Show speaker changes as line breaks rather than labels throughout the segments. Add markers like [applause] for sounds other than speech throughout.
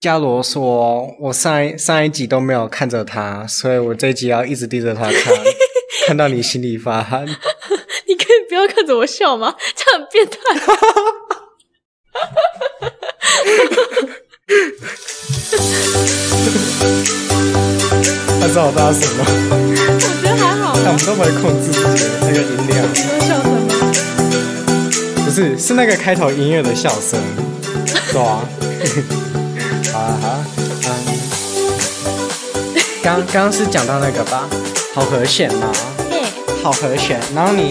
伽罗说：“我上一上一集都没有看着他，所以我这一集要一直盯着他看，看到你心里发汗。
你可以不要看着我笑吗？这很变态。
他知道我在什么？
[laughs] 我觉得还好，
但我们都没控制自己的那个音量，
你在笑什么？
不是，是那个开头音乐的笑声，对啊， [laughs] 啊哈，嗯，刚刚是讲到那个吧，好和弦嘛、
哎，
好和弦。然后你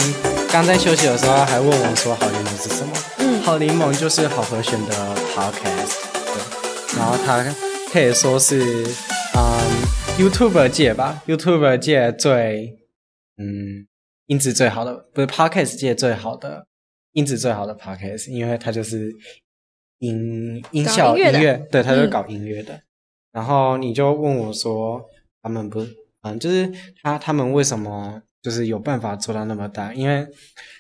刚在休息的时候还问我说“好柠檬”是什么？
嗯
好柠檬就是好和弦的 podcast，对。然后它可以说是嗯 YouTube 界吧，YouTube 界最嗯音质最好的，不是 podcast 界最好的音质最好的 podcast，因为它就是音音
搞
效
音乐的
对，它就是
嗯
搞音乐的。然后你就问我说，他们不是，嗯，就是他他们为什么就是有办法做到那么大？因为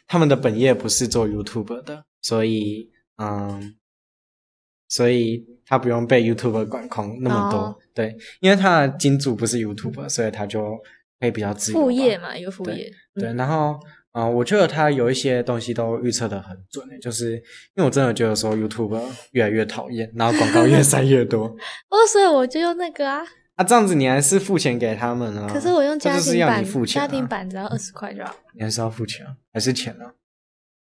他们的本业不是做 YouTube 的，所以嗯，所以他不用被 YouTube 管控那么多。
哦
对，因为他的金主不是 YouTube，所以他就可以比较自由吧。
副业嗯嘛，一个副业。
对，然后啊、呃我觉得他有一些东西都预测的很准欸，就是因为我真的觉得说 YouTube 越来越讨厌，然后广告越塞越
[laughs]
多
哦，所以我就用那个啊，
啊，这样子你还是付钱给他们啊？
可是我用
他
家
就是
庭
要你
版，
付钱、啊，
家庭版只要二十块就好。
你还是要付钱啊，还是钱啊？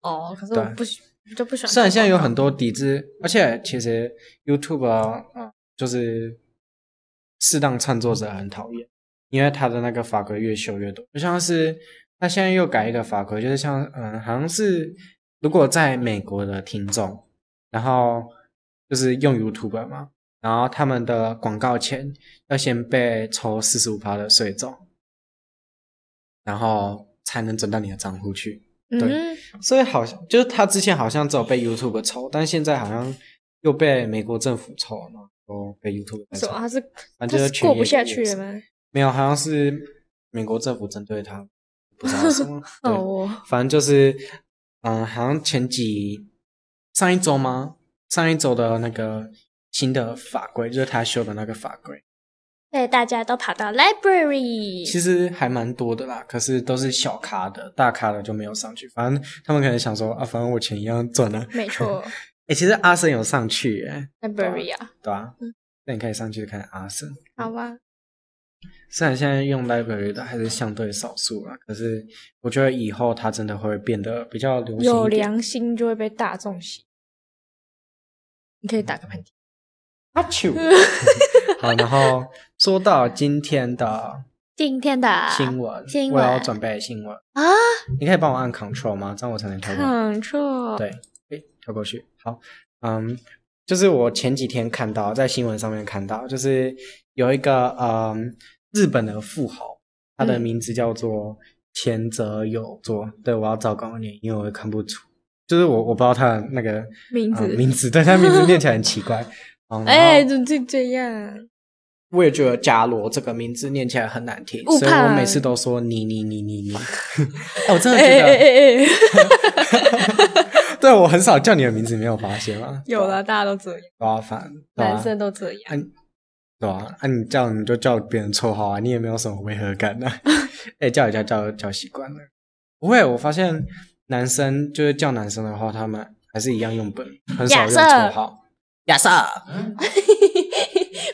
哦，可是我
对
不喜，就不喜欢。
虽然现在有很多抵制，而且其实 YouTube 啊，嗯就是适当创作者很讨厌，因为他的那个法规越修越多，就像是他现在又改一个法规，就是像嗯，好像是如果在美国的听众，然后就是用 YouTube 嘛，然后他们的广告钱要先被抽四十五趴的税种，然后才能转到你的账户去。
嗯哼，
所以好像就是他之前好像只有被 YouTube 抽，但现在好像又被美国政府抽了，都被 YouTube
为
抽
什么？。他啊是
反
他
正就是是
过
全
不下
业
去了吗？
没有，好像是美国政府针对他，不知道什
[laughs]
么。对
哦，
反正就是，嗯，好像前几上一周吗？上一周的那个新的法规，就是他修的那个法
嗯
规，
对，大家都跑到 library。
其实还蛮多的啦，可是都是小咖的，大咖的就没有上去。反正他们可能想说啊，反正我钱一样赚了。
没
[laughs]
错
哎、其实阿森有上去耶、
，library 啊，
对啊，那你可以上去看阿森。
好吧，
虽然现在用 library 的还是相对少数啦，可是我觉得以后它真的会变得比较流行
有
一点。
良心就会被大众洗。你可以
嗯
打个喷嚏。
啊
[laughs]
啾好，然后说到今天的
今天的
新闻，
啊新
我
闻
要准备新闻，
啊，
你可以帮我按 Control 吗？这样我才能跳过。
很错。
对，诶，跳过去。好，嗯，就是我前几天看到在新闻上面看到，就是有一个嗯日本的富豪，他的
嗯
名字叫做田泽有作。对我要照稿念，因为我看不出，就是我我不知道他的那个
名字
呃名字，对他名字念起来很奇
[laughs]
怪。嗯，
哎，
哎，
怎么就这样？
我也觉得伽罗这个名字念起来很难听，
误
所以我
判
每次都说你你你你
[laughs]
你。哎，我真
哎
的觉
哎
得，
哎哎， [laughs]
对我很少叫你的名字，你没有发现
[laughs]
吗？
有了，大家都这样，
对啊，反对啊
男生都这样。
对啊，啊你叫你就叫别人绰号啊，你也没有什么违和感啊。 [laughs] 哎、叫人家叫叫习惯了。不会，我发现男生就是叫男生的话，他们还是一样用本，很少
亚
用
瑟
绰号。亚瑟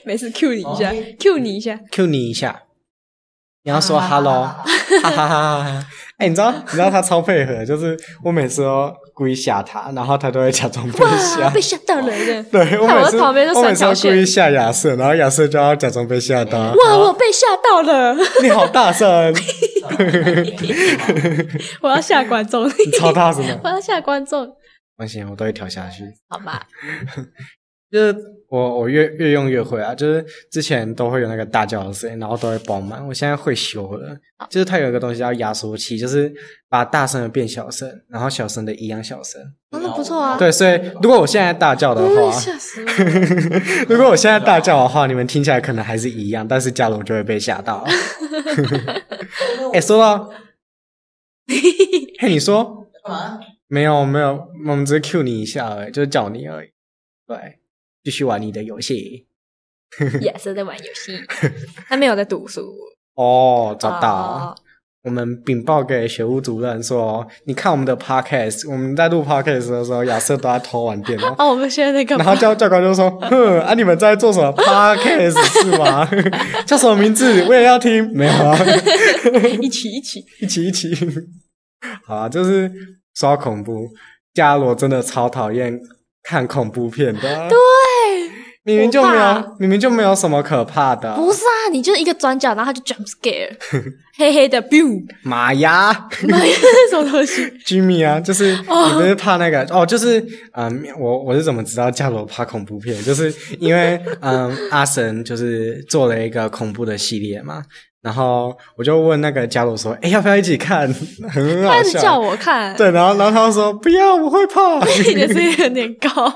没事，Q 你一下
哦
，Q 你
[laughs]
一下，
，Q 你一下，你要说 hello，哈 [laughs] 哈哈哈哈哈。哎、你知道你知道他超配合，就是我每次都故意吓他，然后他都会假装被吓
哇，。啊被吓到了的。
对，我
看
每
我
次
旁边就
我每
三
次要
条
故
线
意吓亚瑟，然后亚瑟就要假装被吓到。
哇，我被吓到
[laughs]
了，
你好大声，
我要吓观众， [laughs]
你超大声的
我。要吓观众，
放心，我都会调下去。
好吧？
就是我我越越用越会啊，就是之前都会有那个大叫的声音，然后都会爆满。我现在会修了，就是它有一个东西叫压缩器，就是把大声的变小声，然后小声的一样小声。
哦那不错啊，
对，啊所以如果我现在大叫的
嗯，
话，
吓死我！
[laughs] 如果我现在大叫的话，你们听起来可能还是一样，但是嘉龙就会被吓到。哎、说到，嘿，你说没有没有，我们只是 cue 你一下而已，就是叫你而已。对，继续玩你的游戏。
也是在玩游
[laughs]
戏，他没有在读书。
哦，找到。
哦
我们禀报给学务主任说，你看我们的 podcast，我们在录 podcast 的时候，亚瑟都在偷玩电脑。
哦，我哦们现在在干
然
嘛？
后教教官就说：“哼，啊，你们在做什么 podcast 是吗？ [laughs] 叫什么名字？我也要听。没有啊，
[laughs] 一起一起，
一起一起。 [laughs] 好啊，就是说到恐怖，伽罗真的超讨厌看恐怖片的。对，明明就没
我
有
怕，
明明就没有什么可怕的。
不是啊，你就是一个转角，然后他就 jump [laughs] scare，黑黑的
[laughs]
biu，
玛雅、
妈呀， [laughs] 什么东西？
Jimmy 啊，就是你不是怕那个哦就是嗯，我我是怎么知道伽罗怕恐怖片？就是因为嗯，阿神就是做了一个恐怖的系列嘛，然后我就问那个伽罗说：“哎，要不要一起看？”很
他
好
一直叫
笑。
我看，
对，然后然后他就说：“不要，我会怕。
你的声音有点
[laughs]
高。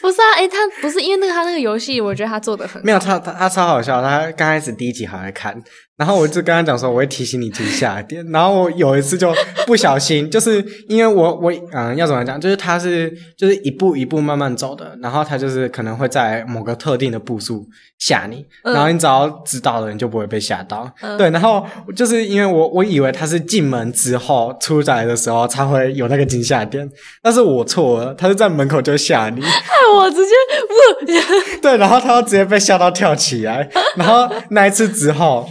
不是啊，哎、他不是因为那个他那个游戏，我觉得他做的很”
[laughs] 没有，他他他超好笑。他刚开始第一集还在看，然后我就跟他讲说：“我会提醒你停下一点。”然后我有一次就不小心，就是因为我我嗯要怎么讲，就是他是就是一步一步慢慢走的，然后他就是可能会在某个特定的步数吓你，
嗯
然后你只要知道了，你就不会被吓到。
嗯
对，然后就是因为我我以为他是进门之后出来的时候才会有那个惊吓点，但是我错了，他是在门口就吓你。
害我直接不，
[laughs] 对，然后他就直接被吓到跳起
[laughs]
来，然后那一次之后。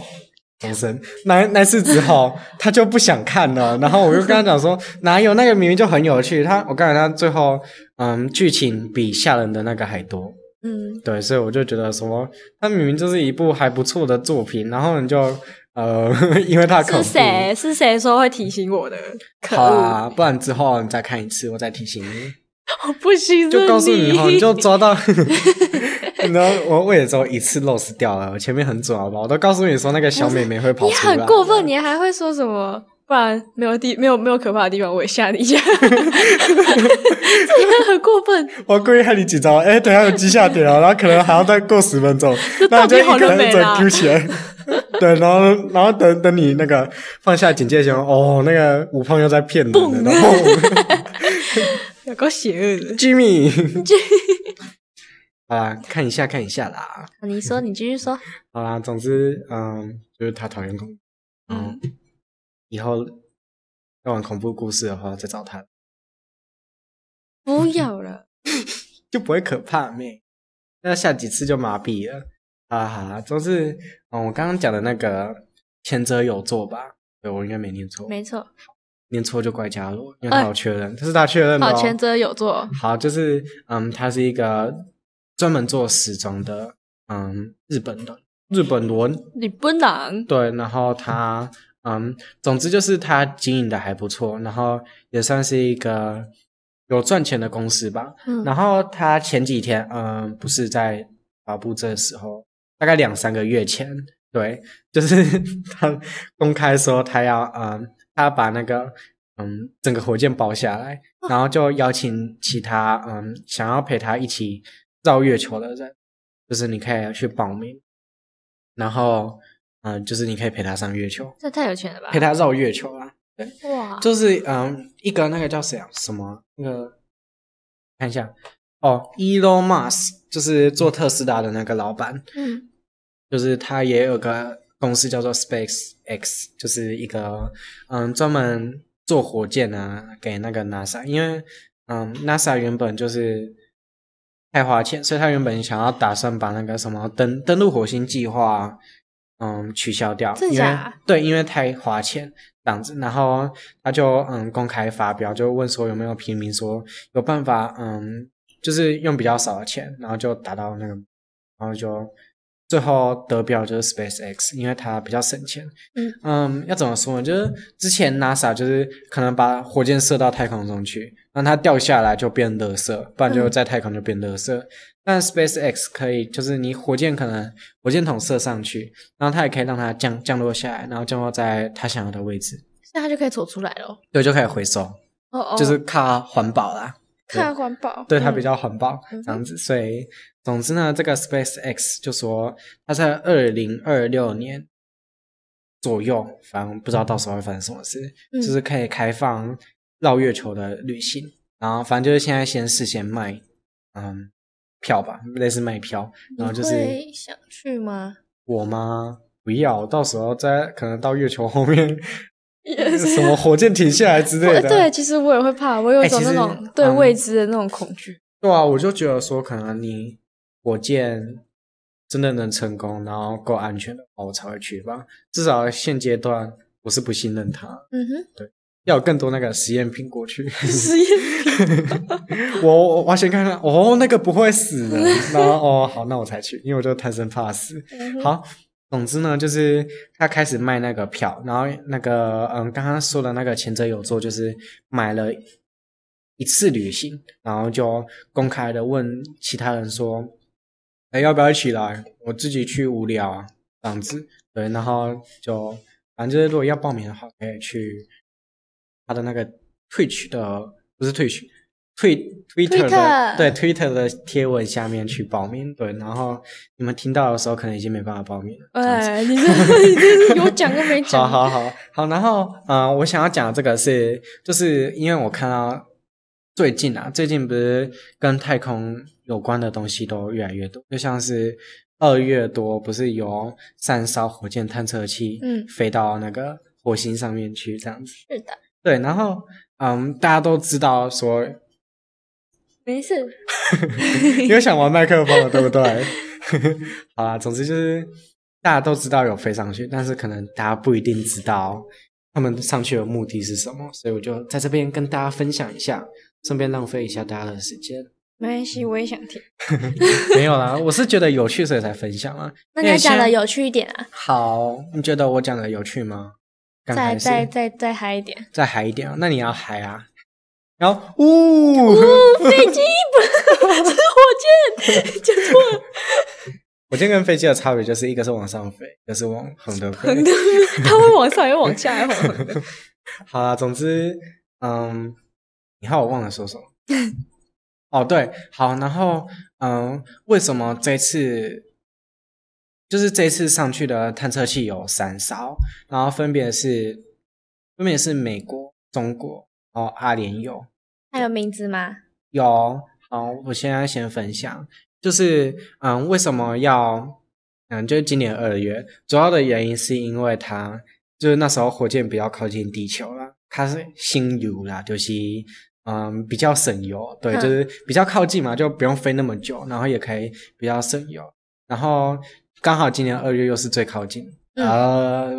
重生，那那次之后，他就不想看了。然后我就跟他讲说， [laughs] 哪有那个明明就很有趣。他，我告诉他，最后，嗯，剧情比吓人的那个还多。
嗯，
对，所以我就觉得什么，他明明就是一部还不错的作品，然后你就，呃， [laughs] 因为他恐怖
[laughs] 是，谁？是谁说会提醒我的？可
好啊
恶，
啦，不然之后你再看一次，我再提醒你。
我不信任
就告诉你哈，
你
你就抓
[laughs]
到，你知道我我也只有一次 loss 掉了，我前面很准好吧？我都告诉你说那个小妹妹会跑
你
出来，
很过分，你还会说什么？不然没有地没有没有可怕的地方，我也吓你一下，这也很过分。
我故意害你紧张。哎、等一下有绩下点哦了，然后可能还要再过十分钟，那
到
你就
底
一
好
个
了
人
没
一直
啦
丢起
[laughs]
来。对，然后然后等等你那个放下警戒线，哦，那个吴胖又在骗人了，然
[laughs]
后
有够邪恶
[laughs]
的。
Jimmy，好啦，看一下看一下啦，
你说，你继续说。
好啦，总之嗯，就是他讨厌恐嗯，以后要玩恐怖故事的话，再找他，
不要了，
就不会可怕妹。那下几次就麻痹了啊哈！总是，嗯，我刚刚讲的那个前者有座吧？对，我应该没念错，
没错。
念错就怪伽罗，因为他有确认，这是他确认的、
好，
哦。
全责有做。
好，就是嗯，他是一个专门做时装的，嗯，日本的日本人，
你不能
对，然后他，嗯，总之就是他经营的还不错，然后也算是一个有赚钱的公司吧。
嗯
然后他前几天，嗯，不是在发布这时候，大概两三个月前，对， [laughs] 就是他公开说他要，嗯，他把那个，嗯，整个火箭包下来，然后就邀请其他，嗯，想要陪他一起绕月球的人，就是你可以去报名，然后，嗯，就是你可以陪他上月球，
这太有钱了吧
陪？他绕月球啊。
哇，
就是嗯，一个那个叫谁啊？什么那个？看一下哦，Elon Musk 就是做特斯拉的那个老板，
嗯
就是他也有个公司叫做 Space X，就是一个嗯专门做火箭啊给那个 NASA，因为嗯 NASA 原本就是太花钱，所以他原本想要打算把那个什么登登陆火星计划嗯取消掉，
真的
因为
假
对，因为太花钱。这样子，然后他就嗯公开发表，就问说有没有平民说有办法嗯，就是用比较少的钱，然后就达到那个，然后就最后得标就是 SpaceX，因为它比较省钱。
嗯
要怎么说呢？就是之前 NASA 就是可能把火箭射到太空中去，让它掉下来就变垃圾，不然就
嗯
在太空就变垃圾。但 SpaceX 可以，就是你火箭可能火箭筒射上去，然后它也可以让它降降落下来，然后降落在它想要的位置，
那他就可以走出来了。
对，就可以回收，
哦哦，
就是靠环保啦。
看环保，
对它比
较
较环保、
嗯哼
这样子。所以，总之呢，这个 SpaceX 就说它在二零二六年左右，反正不知道到时候会发生什么事，
嗯
就是可以开放绕月球的旅行。然后，反正就是现在先事先卖，嗯，票吧，类似卖票，然后就是
你会想去吗？
我吗？不要，到时候再可能到月球后面， [laughs]
也是
什么火箭停下来之类
我
的。
嗯 [laughs] 对，其实我也会怕，我有一
哎
种
其
那
实
种对
嗯
未知的那种恐惧。
对啊，我就觉得说，可能你火箭真的能成功，然后够安全的话，我才会去吧。至少现阶段我是不信任它，
嗯
[laughs]
哼，
要有更多那个实验品过去。 [laughs]
实验品
我我我要先看看，哦，那个不会死的，然后哦好，那我才去，因为我就贪生怕死。
嗯哼
好，总之呢，就是他开始卖那个票，然后那个嗯，刚刚说的那个前者有座，就是买了一次旅行，然后就公开的问其他人说，哎，要不要一起来？我自己去无聊啊，这样子。对，然后就反正就是如果要报名的话，可以去他的那个 Twitch 的，不是 Twitch。推 Twitter 的
Twitter
对 Twitter 的贴文下面去报名，对，然后你们听到的时候可能已经没办法报名了。这样子
哎，你这你这是有讲跟没
[laughs] 好
讲？
好好好，然后呃，我想要讲的这个是，就是因为我看到最近啊，最近不是跟太空有关的东西都越来越多，就像是二月多不是有三艘火箭探测器
嗯
飞到那个火星上面去这样子。
是的，
对，然后嗯，大家都知道说，
没事。
[laughs] 你又想玩麦克风了，对不对？ [laughs] 好啦，总之就是大家都知道有飞上去，但是可能大家不一定知道他们上去的目的是什么，所以我就在这边跟大家分享一下，顺便浪费一下大家的时间。
[laughs] 没关系，我也想听。
没有啦，我是觉得有趣所以才分享啊。
那你要讲
因为
的
现在
有趣一点啊，
好，你觉得我讲的有趣吗？刚
再
开始
再再再嗨一
[laughs]
点。
再嗨一点啊，那你要嗨啊！然后，呜、哦，
飞机不 [laughs] 是火箭，讲错了。
[laughs] 我今天跟飞机的差别就是一个是往上飞，一个是往横的飞。
横的，它会往上，又往下，又
[laughs]
往横的。
好啦，总之，嗯，你看我忘了说什么。哦，对，好，然后，嗯，为什么这次就是这次上去的探测器有三艘，然后分别是分别是美国、中国，然后阿联酋，
还有名字吗？
有，好，我现在先分享，就是嗯，为什么要嗯，就是今年二月，主要的原因是因为它就是那时候火箭比较靠近地球啦，它是新油啦，就是嗯比较省油，对，
嗯
就是比较靠近嘛，就不用飞那么久，然后也可以比较省油，然后刚好今年二月又是最靠近。
嗯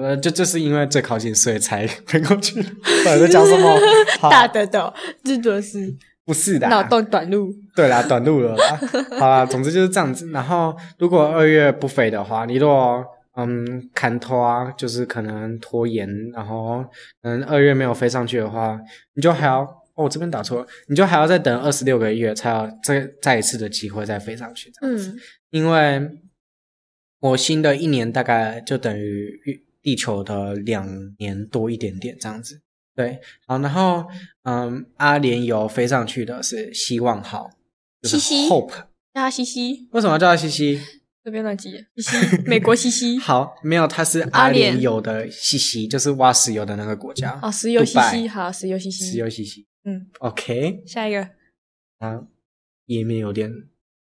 呃，就就是因为最靠近，所以才飞过去。 [laughs] 到底在讲什
[laughs]
么？好
大得到，这就是
不是的啊，
脑洞短路。
[laughs] 对啦，短路了啦。好啦，总之就是这样子。然后，如果二月不飞的话，你如果嗯砍拖啊，就是可能拖延，然后嗯二月没有飞上去的话，你就还要哦，我这边打错了，你就还要再等二十六个月，才有再再一次的机会再飞上去。这样子， [laughs]
嗯，
因为我新的一年大概就等于地球的两年多一点点这样子。对，好，然后嗯，阿联酋飞上去的是希望号，就是
西西
Hope。
叫他西西，
为什么要叫它西西？，
这边乱记。西西，美国西西
[laughs]
好，
好，没有，它是
阿
阿联
联
酋的西西，就是挖石油的那个国家，
哦，石油西西，
Dubai
好，石油西西，
石油西西。
嗯，
OK，
下一个，
啊，页面有点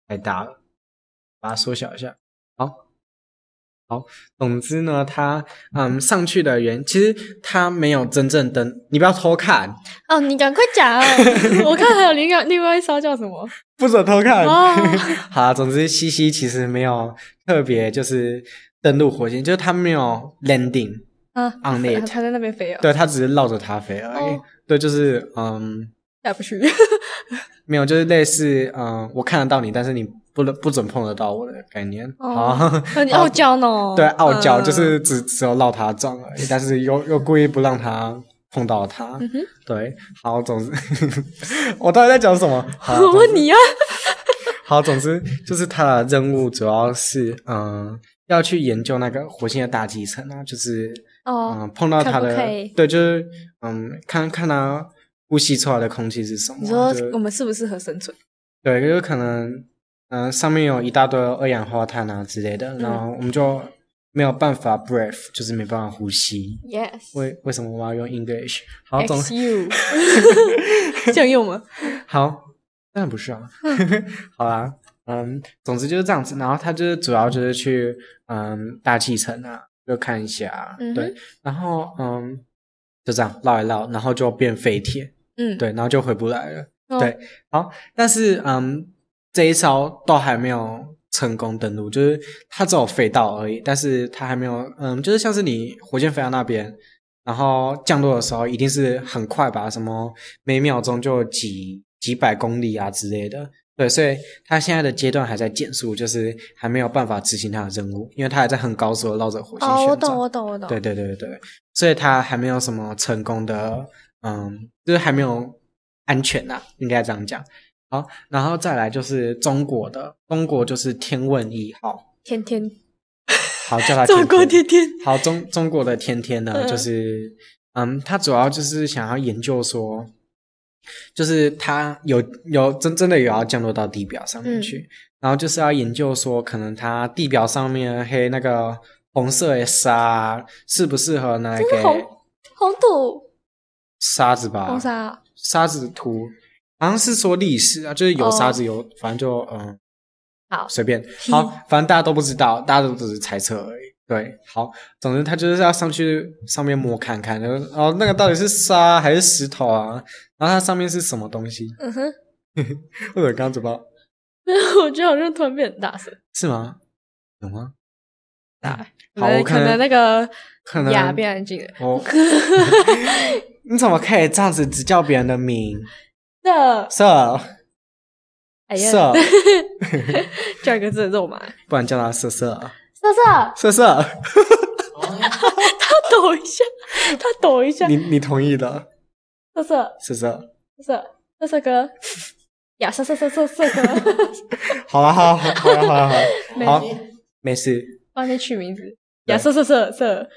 太大了，把它缩小一下。好，好，总之呢，它嗯上去的原，其实它没有真正登，你不要偷看，
哦，你赶快讲，
[laughs]
我看还有另外另外一艘叫什么？
不准偷看。
哦
[laughs] 好啊，总之西西其实没有特别就是登陆火星，就是它没有 landing
啊
on it，
他在那边飞哦，
对，它只是绕着它飞而已。
哦
对，就是嗯，
下不去。 [laughs]
没有，就是类似嗯，我看得到你，但是你不能不准碰得到我的概念。 [laughs] 好，
哦你傲娇呢？
对，傲娇
嗯
就是只只有绕它撞而已，但是又又故意不让它碰到它。
嗯哼
对，好，总之 [laughs] 我到底在讲什么？好，
[laughs] [laughs] 我问你啊，
好，总之就是他的任务主要是嗯。要去研究那个火星的大气层啊，就是嗯
哦，
碰到它
可不
的
可以
对，就是嗯看看它呼吸出来的空气是什么啊。
你说
就是
我们适不适合生存？
对，就是可能，嗯、上面有一大堆二氧化碳啊之类
嗯
的，然后我们就没有办法 breath，就是没办法呼吸。
Yes，X
为为什么我要用 English？好，总 [laughs]
U，这样用吗？
[laughs] 好，当然不是啊。好啦，嗯，总之就是这样子。然后他就是主要就是去嗯大气层啊，就看一下，啊
嗯哼
对，然后嗯就这样绕一绕，然后就变废铁，
嗯，
对，然后就回不来了。
哦
对但是嗯这一艘都还没有成功登陆，就是它只有飞到而已，但是它还没有嗯，就是像是你火箭飞到那边。然后降落的时候一定是很快吧，什么每秒钟就几几百公里啊之类的。对，所以它现在的阶段还在减速，就是还没有办法执行它的任务，因为它还在很高速的绕着火星旋
哦，
转。
我懂，我懂，我懂。
对对对对，所以它还没有什么成功的，嗯，就是还没有安全呐、应该这样讲。好，然后再来就是中国的，中国就是天问一号，
天天
好叫它
中国
啊天
天天，
好，中中国的天天呢，
嗯
就是嗯，它主要就是想要研究说，就是它有有真真的有要降落到地表上
嗯
面去，然后就是要研究说，可能它地表上面黑那个红色的沙啊适不适合拿来
真
给
的红红土
沙子吧，
红啥？
沙子涂，好像是说历史啊，就是有沙子有，反正就嗯，
哦好
随便，好，反正大家都不知道，大家都只是猜测而已。对，好，总之他就是要上去上面摸看看，然后哦，那个到底是沙还是石头啊？然后它上面是什么东西？
嗯哼， [laughs]
或者刚刚怎么
我觉得好像突然变很大声。
是吗？有吗？啊
大，
好
可
我
能哎呃可
看
能那个
可能
牙变安静了。
哦， [laughs] 你怎么可以这样子只叫别人的名？
这
色
哎呀，
色，
叫一个字肉麻，
不然叫他色色色
色色，[laughs]
色，
他抖一下，他抖一下
你，你同意的
色色
色色。
色色色色哥，呀色色色色色哥，
好了，好了，好啊了，好了，好了，好
[laughs]
没
没事，
事。
帮你取名字，
对
呀色色色色，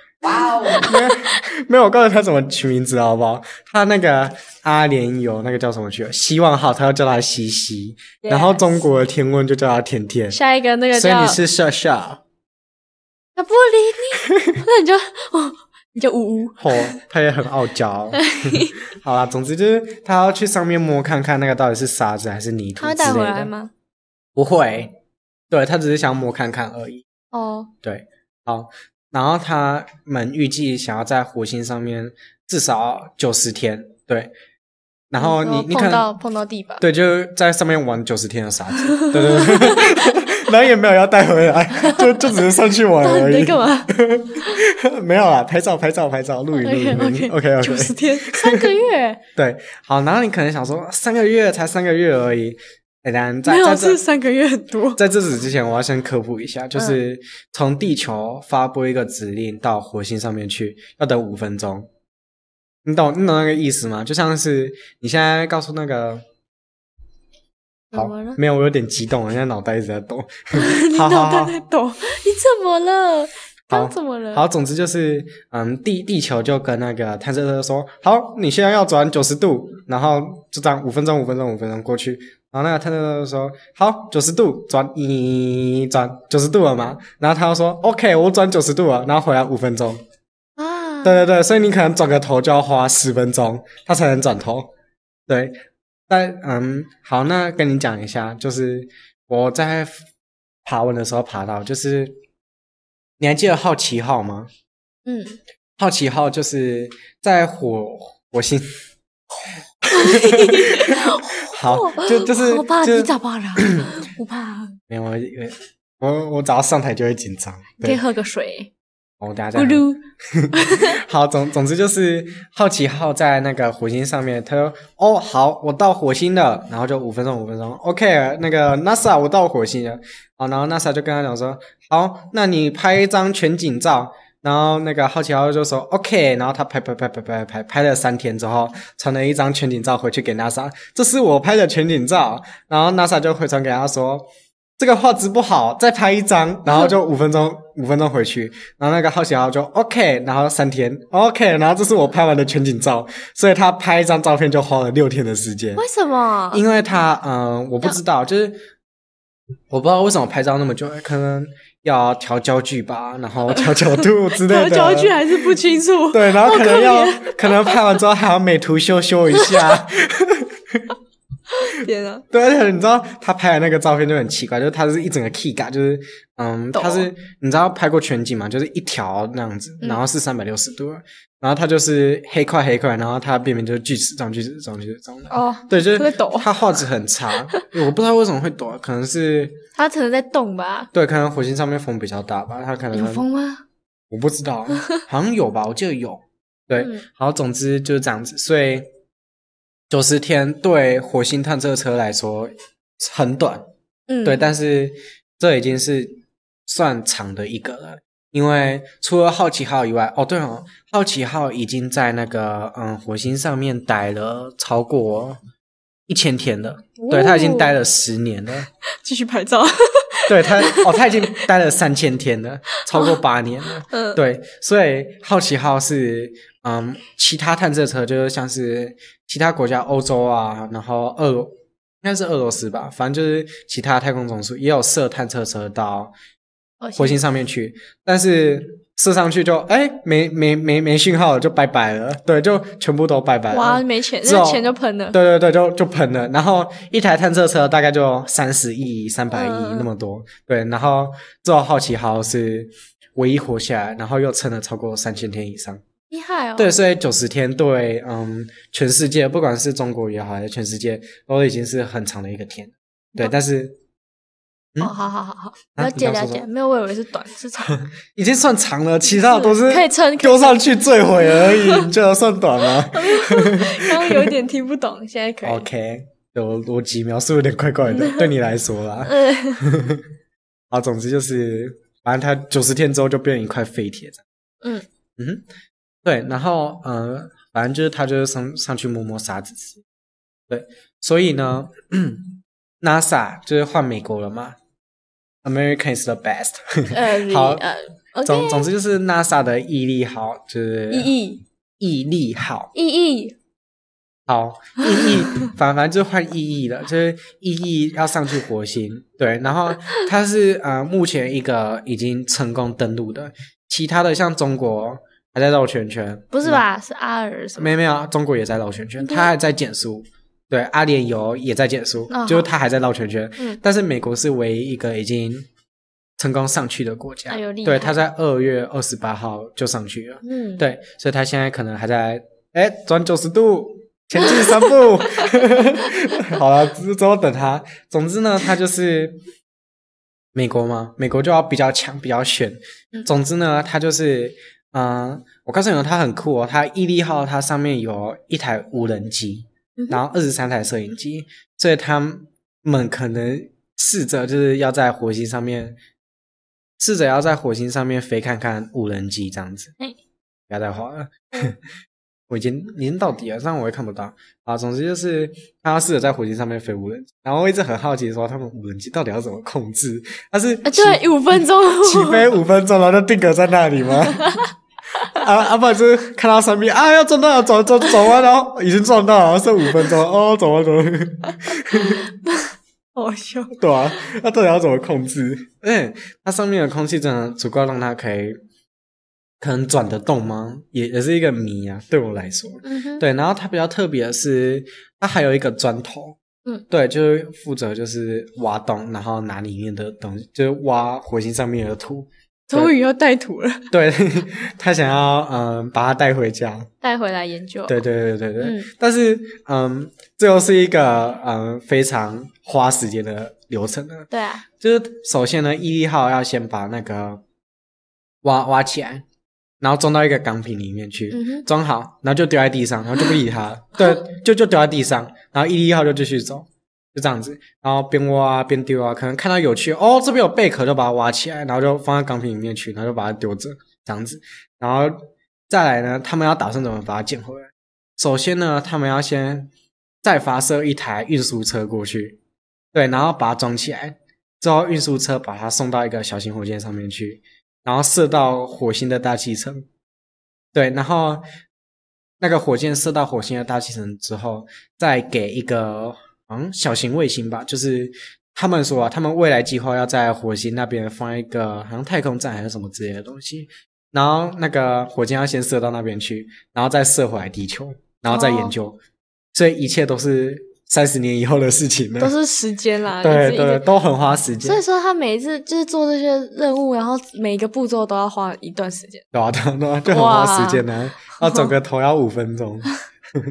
没有，我告诉他怎么取名字好不好？他那个阿联酋那个叫什么去了？希望号，他要叫他西西。然后
Yes
中国的天问就叫他甜甜。
下一个那个
所以
叫
你是夏夏，
他不理你，那你就哦，你就呜呜，
哦，他也很傲
[laughs]
娇。好啦，总之就是他要去上面摸看看那个到底是沙子还是泥土
他会带
之类
回
的
来？吗？
不会，对他只是想摸看看而已。
哦，
对，好，然后他们预计想要在火星上面至少九十天，对，然后你你可
嗯碰到
能
碰到地吧，
对，就在上面玩九十天的沙子，对对
[laughs]
对，然后也没有要带回来，就就只是上去玩
到底
而
在
已，
干嘛
[laughs] 没有啦，拍照拍照拍照，录影录影录
？OK
影，OK
九
OK，
十天，三个月，
对，好，然后你可能想说三个月才三个月而已，哎，然在
没有
在这
是三个月很多，
在这此之前，我要先科普一
嗯
下，就是从地球发布一个指令到火星上面去，要等五分钟。你懂你懂那个意思吗？就像是你现在告诉那个，
怎
好
么了，？
没有，我有点激动，我现在脑袋一直在动。
[laughs]
[laughs]
你
好好
脑
好
袋在抖，你怎么了？刚怎么了？
[laughs] 好，总之就是，嗯，地地球就跟那个探测车说，好，你现在要转九十度，然后就这样五分钟、五分钟、五分钟过去，然后那个探测车就说，好，九十度转一转九十度了嘛，然后他就说，OK，我转九十度了，然后回来五分钟，
啊，
对对对，所以你可能转个头就要花十分钟，他才能转头，对，但嗯，好，那跟你讲一下，就是我在爬文的时候爬到，就是你还记得好奇号吗？
嗯，
好奇号就是在火火
[laughs]
星，好，就就是
我怕
就
哦你
是 [clears throat]
咋办了？不怕，
没有我我我只要上台就会紧张，
可以
对，
喝个水，
我等下再
咕噜。
[laughs] 好，总总之就是好奇号在那个火星上面，他说哦好，我到火星了，然后就五分钟五分钟，OK，那个 NASA 我到火星了，好，然后 NASA 就跟他讲说，好，那你拍一张全景照。然后那个好奇号就说 OK，然后他拍拍拍拍拍拍拍了三天之后，传了一张全景照回去给 NASA，这是我拍的全景照。然后 NASA 就回传给他说，这个画质不好，再拍一张，然后就五分钟，五分钟回去，然后那个好奇号就 OK，然后三天 OK，然后这是我拍完的全景照，所以他拍一张照片就花了六天的时间，
为什么？
因为他嗯，我不知道，就是我不知道为什么拍照那么久，可能要调焦距吧，然后调角
[laughs]
度之类
调
的，
焦距还是不清楚。
对，然后可
好
能
可啊 [laughs]
要可能拍完之后还要美图修修一下，
天啊，
对，而且你知道他拍的那个照片就很奇怪，就是他是一整个 key 嘎，就是嗯，
懂
他是你知道拍过全景嘛，就是一条那样子，
嗯
然后是三百六十度，然后他就是黑块黑块，然后他边边就是锯齿状锯齿状锯齿状的，
哦，
对，就是
它会抖
他画质很差，
[laughs]
我不知道为什么会抖，啊可能是
它可能在动吧？
对，可能火星上面风比较大吧，他可能
有风吗？
我不知道，好像有吧，我记得有。对，
嗯
好，总之就是这样子。所以九十天对火星探测车来说很短，
嗯，
对，但是这已经是算长的一个了。因为除了好奇号以外，哦对哦，好奇号已经在那个嗯火星上面待了超过一千天了，对，它已经待了十年了。
哦继续
[laughs]
拍照。
对他，哦，他已经待了三千天了，超过八年了。
嗯
对，所以好奇号是，嗯，其他探测车就是像是其他国家欧洲啊，然后俄罗应该是俄罗斯吧，反正就是其他太空总署也有射探测车到
哦
火星上面去，但是射上去就哎没没没没讯号了，就拜拜了，对，就全部都拜拜了。
哇，没钱，
之后
那钱就喷了。
[laughs] 对对对，就就喷了。然后一台探测车大概就三十亿、三百亿
嗯
那么多。对，然后最后好奇号是唯一活下来，然后又撑了超过三千天以上。
厉害哦。
对，，所以九十天对，嗯，全世界不管是中国也好，还是全世界都已经是很长的一个天。对，
嗯
但是嗯
哦，好好好好，
啊
了解
你刚
了
说什
解，
么
没有，我以为是短是长，
[laughs] 已经算长了，其他的都是
可以撑，可以
丢上去坠毁而已，
[laughs]
你觉得算短吗
刚刚有点听不懂，现在可以。
？OK，有逻辑描述有点怪怪的，对你来说
[laughs]
啦。
嗯，
好，啊总之就是，反正它九十天之后就变成一块废铁这样
嗯
嗯哼，对，然后呃，反正就是他就是上上去摸摸沙子吃。对，所以呢 [clears throat] ，NASA 就是换美国了嘛，America is the best [laughs]
呃，
好
呃，OK，
总总之就是 NASA 的毅力号，就是
意义
毅力号，
意义，
好，意义，反反正就换意义了，就是意义要上去火星，对，然后它是呃目前一个已经成功登陆的，其他的像中国还在绕圈圈，
不是吧？是阿尔什么？
没没有，啊中国也在绕圈圈，它还在减速，对，阿联酋也在减速，
嗯
就是它还在绕圈圈，
嗯
但是美国是唯一一个已经成功上去的国家，
哎呦厉害
对，它在二月二十八号就上去了，
嗯，，
对，所以他现在可能还在，哎，转九十度，前进三步。 [laughs] 好了，之之后等他。总之呢，他就是美国嘛，美国就要比较强，比较选
嗯。
总之呢，他就是，嗯、我告诉你哦，它很酷哦，它毅力号它上面有一台无人机，
嗯哼
然后二十三台摄影机，所以他们可能试着就是要在火星上面。试着要在火星上面飞看看无人机这样子，
哎嗯
不要再画了， [laughs] 我已经已经到底了，这样我也看不到啊。总之就是他试着在火星上面飞无人机，然后我一直很好奇说他们无人机到底要怎么控制？他是
啊，
起
对，五分钟，
起飞五分钟，然后就定格在那里吗？ [laughs] 啊啊！不然就是看到上面啊，要撞到了，转转转弯，然后已经撞到了，剩五分钟哦，转弯转弯。
[laughs] 好笑，
对啊，那到底要怎么控制？嗯，它上面的空气真的足够让它可以，可能转得动吗？也也是一个谜啊，对我来说。
嗯哼，
对，然后它比较特别的是，它还有一个砖头，
嗯，
对，就是负责就是挖洞，然后拿里面的东西，就是挖火星上面的土。
终于要带土了，
对，他想要嗯把它带回家。
带回来研究，
对对对对对。
嗯
但是嗯，这又是一个嗯非常花时间的流程呢。
对啊，
就是首先呢，毅力号要先把那个挖挖起来，然后装到一个钢瓶里面去，
嗯哼
装好，然后就丢在地上，然后就不理它了，对，就就丢在地上，然后毅力号就继续走，就这样子，然后边挖啊边丢啊，可能看到有趣哦，这边有贝壳就把它挖起来，然后就放在钢瓶里面去，然后就把它丢着，这样子，然后再来呢，他们要打算怎么把它捡回来？首先呢，他们要先再发射一台运输车过去，对，然后把它装起来，之后运输车把它送到一个小型火箭上面去，然后射到火星的大气层。对，然后那个火箭射到火星的大气层之后，再给一个嗯小型卫星吧，就是他们说啊，他们未来计划要在火星那边放一个好像太空站还是什么之类的东西，然后那个火箭要先
哦
射到那边去，然后再射回来地球，然后再研究，所以一切都是三十年以后的事情了，
都是时间啦，一直
对
一直
对，都很花时间
所以，说他每一次就是做这些任务，然后每一个步骤都要花一段时间。
对啊对啊对啊，就很花时间
[laughs]
呢、要整个头要五分钟。 [laughs]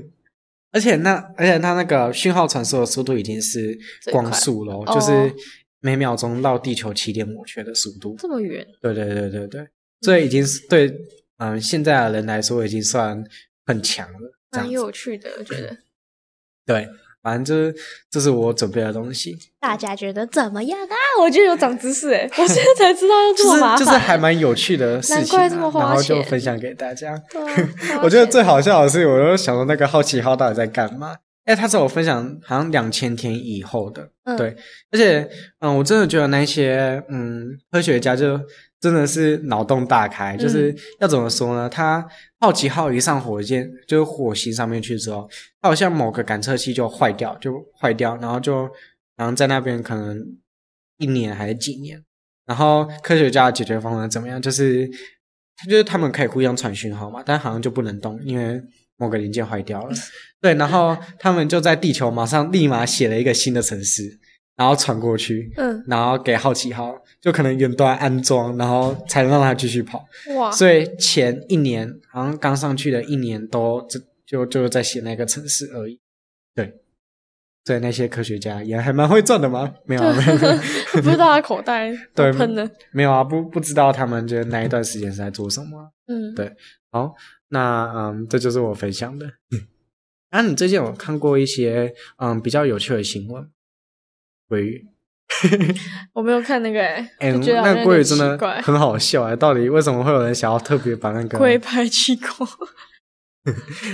而且那而且它那个讯号传输的速度已经是
最快
光速咯，
哦
就是每秒钟绕地球七点五圈的速度。
这么远，
对对对对
嗯
对，所以已经是对嗯、现在的人来说已经算很强了。这
蛮
样子
有趣的，我觉得。
对，反正就是这是我准备的东西，
[clears throat] 大家觉得怎么样啊？我觉得有长知识哎、我现在才知道要这
就
么
是
麻
就
烦，
是还蛮有趣的事情、啊，
难怪这么花
然后就
钱
分享给大家。
对啊。
[laughs]
[laughs] 花
我觉得
钱
最好笑的是，我就想说那个好奇号到底在干嘛？哎，他是我分享好像两千天以后的，
嗯
对，而且嗯，我真的觉得那些嗯科学家就真的是脑洞大开，就是要怎么说呢？他好奇号一上火箭，就是火星上面去之后，它好像某个感测器就坏掉，就坏掉，然后就然后在那边可能一年还是几年，然后科学家的解决方案怎么样？就是，就是他们可以互相传讯号嘛，但好像就不能动，因为某个零件坏掉了。对，然后他们就在地球马上立马写了一个新的城市，然后传过去，
嗯
然后给好奇号，就可能远端安装，然后才能让它继续跑。
嗯哇，
所以前一年好像刚上去的一年都就就就在写那个城市而已。对，所以那些科学家也还蛮会赚的嘛，没有、啊、没有。没有 [laughs]
不知道他口袋
对
喷的，
没有啊，不不知道他们就是那一段时间是在做什么啊。
嗯，
对好，那嗯，这就是我分享的。啊，你最近有看过一些嗯比较有趣的新闻？鲑鱼，
我没有看那个哎、
哎、
就觉得好
那
像
个
有
鲑鱼
点
真的
奇怪，
很好笑哎、到底为什么会有人想要特别把那
龟
个
派气功，
[laughs]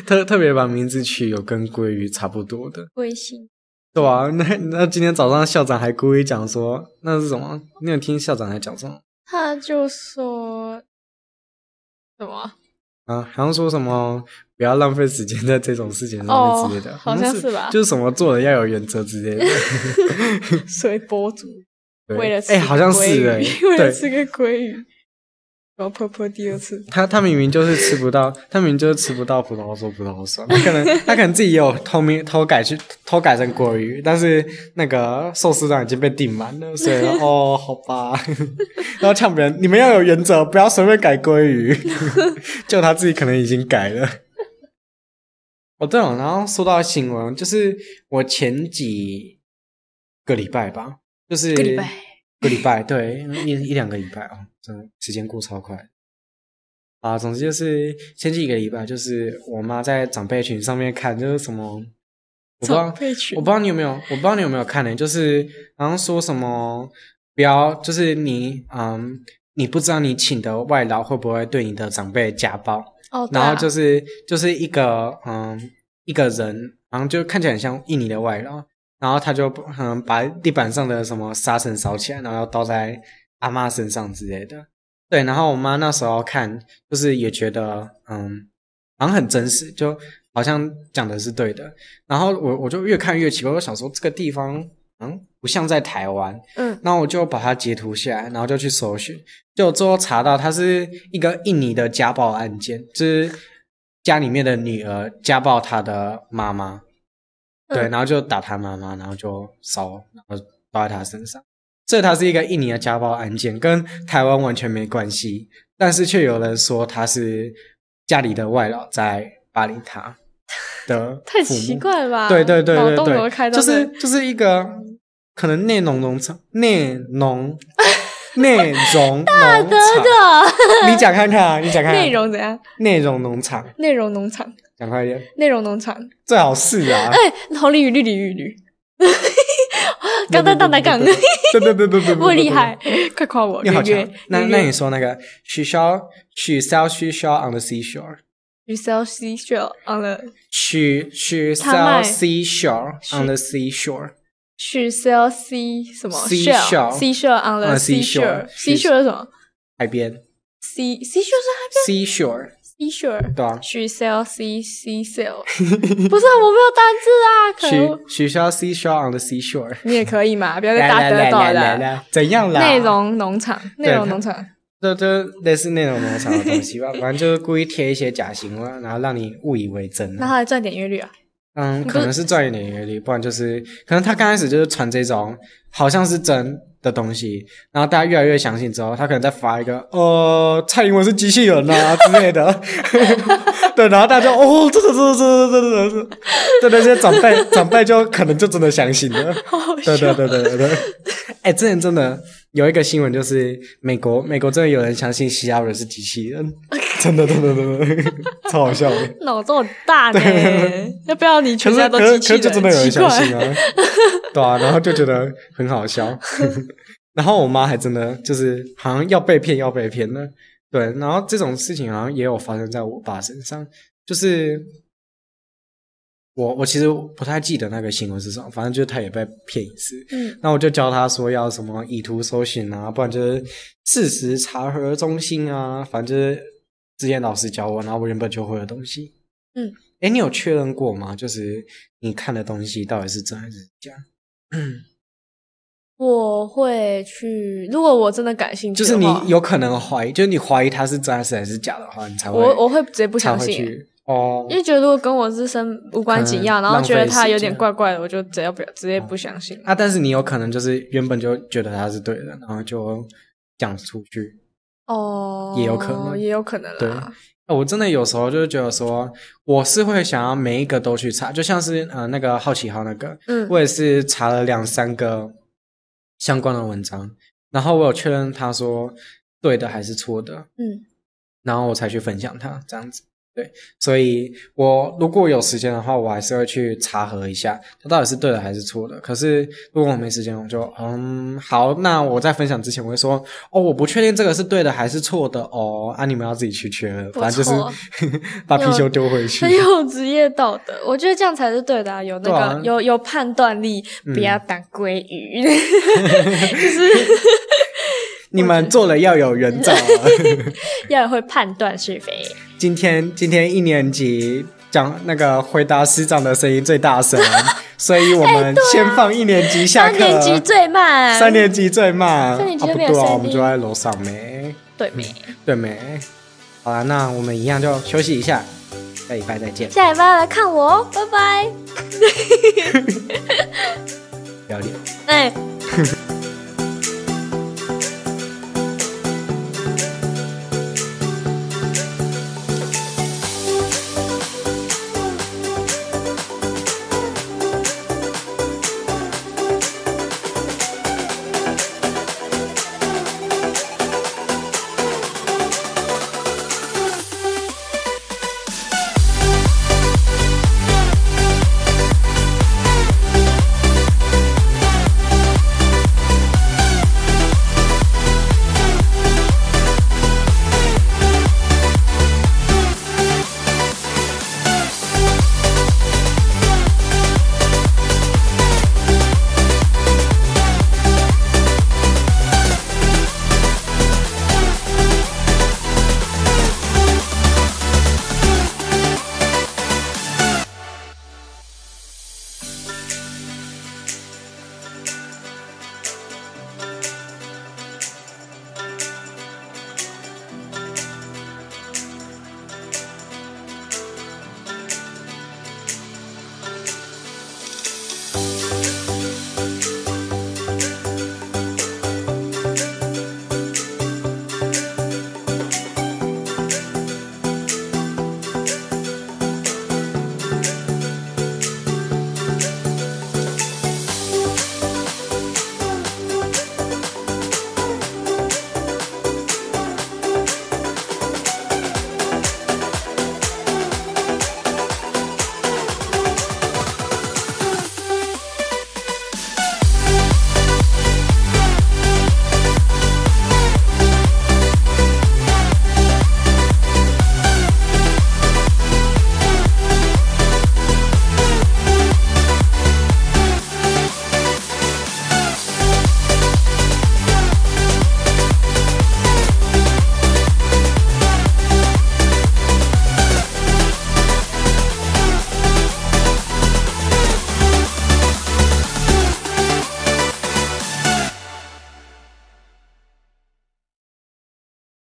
特特别把名字取有跟鲑鱼差不多的？
龟心
对啊，那那今天早上校长还故意讲说那是什么？你有听校长还讲什么？
他就说什么啊？
啊，好像说什么不要浪费时间在这种事情上面之类的，
哦好像是吧
就是什么做人要有原则之类
[laughs]
的。
随波逐，
对
为了吃
哎、好像
鲑
是
鱼 [laughs]
哎、
为了
对
吃个鲑鱼，然后婆婆第二次，
他他明明就是吃不到，他明明就是吃不到葡萄说葡萄酸，他可能他可能自己也有偷咪偷改去偷改成国语，但是那个寿司档已经被订满了，所以哦好吧， [laughs] 然后呛别人你们要有原则，不要随便改鲑鱼， [laughs] 就他自己可能已经改了。哦对了，然后说到新闻，就是我前几个礼拜吧，就是
一个礼拜
个礼拜，对，一一两个礼拜哦，真的时间过超快。啊，总之就是前几个礼拜，就是我妈在长辈群上面看，就是什么，我不知道，
长辈群
我不知道你有没有，我不知道你有没有看呢、就是好像说什么，不要，就是你，嗯，你不知道你请的外劳会不会对你的长辈家暴，
哦，对
然
啊
后就是就是一个嗯一个人，然后就看起来很像印尼的外劳，然后他就嗯把地板上的什么沙尘扫起来，然后倒在阿妈身上之类的。对，然后我妈那时候看，就是也觉得嗯好像很真实，就好像讲的是对的。然后我我就越看越奇怪，我想说这个地方嗯不像在台湾，
嗯，
那我就把它截图下来，然后就去搜寻，就最后查到它是一个印尼的家暴案件，就是家里面的女儿家暴她的妈妈，
嗯
对，然后就打她妈妈，然后就烧，然后倒在她身上。这它是一个印尼的家暴案件，跟台湾完全没关系，但是却有人说他是家里的外老在霸凌他的
[laughs] 太
父母
奇怪了吧？
对对对对
脑洞有
对，
开到
就
这
是就是一个可能内容农场内容内容大
真的
你讲看看啊，你讲看看
[laughs] 内容怎样？
内容农场，
内容农场，
讲快一点，
内容农场，哎
最好是啊，
红鲤鱼、绿鲤鱼、 [laughs] 绿，刚刚大大杠，
对对对对对，
我厉害，快夸我，
你好
月
强
月。
那
月
那
月
你说那个 she shall she shall she shall on the seashore。
You sell seashell on the
She she
他卖
sell seashore on the seashore，
she sell sea 什么
Seashell
seashell on the
on seashore
seashore seashore 是什么
海边
sea seashore 是
seashore，
它 seashore
对啊。
she sell sea seashell 不是啊我没有单字啊，可
She
能
she shall seashore on the seashore。
你也可以嘛，不要
来
再大
来
得
来
到
来来
了。
来，怎样啦？
内容农场，内容
它
农场，
这这类似那种农场的东西吧，反正就是故意贴一些假新闻，然后让你误以为真
那
啊。
它还赚点阅率啊？
嗯，可能是赚一点阅利，不然就是可能他刚开始就是传这种好像是真的东西，然后大家越来越相信之后，他可能再发一个呃蔡英文是机器人啊之类的，对，然后大家就哦这这这这这这这这，对那些长辈长辈就可能就真的相信了，
好好 [laughs]
对
笑
对对对对对，哎、之前真的有一个新闻就是美国美国真的有人相信西亚人是机器
[laughs]
人，真的真的真的真的超好笑的。
脑洞很大呢，要不要你
可
[laughs] 全
是
家
可
都
是
机
可是
器人？
就真的有人
奇
相
怪
信啊， [laughs] 对啊，然后就觉得很好笑。 [laughs] 然后我妈还真的就是好像要被骗，要被骗了。对，然后这种事情好像也有发生在我爸身上，就是我我其实不太记得那个新闻是什么，反正就是他也被骗一次。
嗯，
那我就教他说要什么以图搜寻啊，不然就是事实查核中心啊，反正就是之前老师教我，然后我原本就会的东西。
嗯，
哎，你有确认过吗？就是你看的东西到底是真还是假？
我会去，如果我真的感兴趣
就
的
是
话，
你有可能怀疑，就是你怀疑它是真还是还是假的话，你才会
我我会直接不
才
相
会
信、嗯
去哦
因。为觉得如果跟我自身无关紧要，
可能
然后觉得
浪费时
他
间
有点怪怪的，我就直接不直接不相信。
啊，但是你有可能就是原本就觉得它是对的，然后就讲出去。
哦，
也有可能
也有可能
呃
啦。
我真的有时候就是觉得说，我是会想要每一个都去查，就像是呃那个好奇号那个，
嗯
我也是查了两三个相关的文章，然后我有确认他说对的还是错的，
嗯，
然后我才去分享它这样子。对，所以我如果有时间的话，我还是会去查核一下，它到底是对的还是错的。可是如果我没时间，我就嗯好，那我在分享之前我会说哦，我不确定这个是对的还是错的哦，啊你们要自己去确认，
不
反正
错
就是把貔貅丢回去
很。有职业道德，我觉得这样才是对的、啊，有那个、
对啊
有有判断力，
嗯
不要当鲑鱼， [laughs] 就是
你们做了要有人找。
要会判断是非。
[laughs] 今天今天一年级讲那个回答师长的声音最大
[laughs]
声，所以我们先放一年级下
三
课。
年级最慢，
三年级最慢，
嗯三年级
啊
就
不
变
对啊，
成
我们
三
就
年
在楼上没，
对没？
对没？好啦，那我们一样就休息一下，下礼拜再见，
下礼拜来看我哦，拜拜。
不要脸。
哎、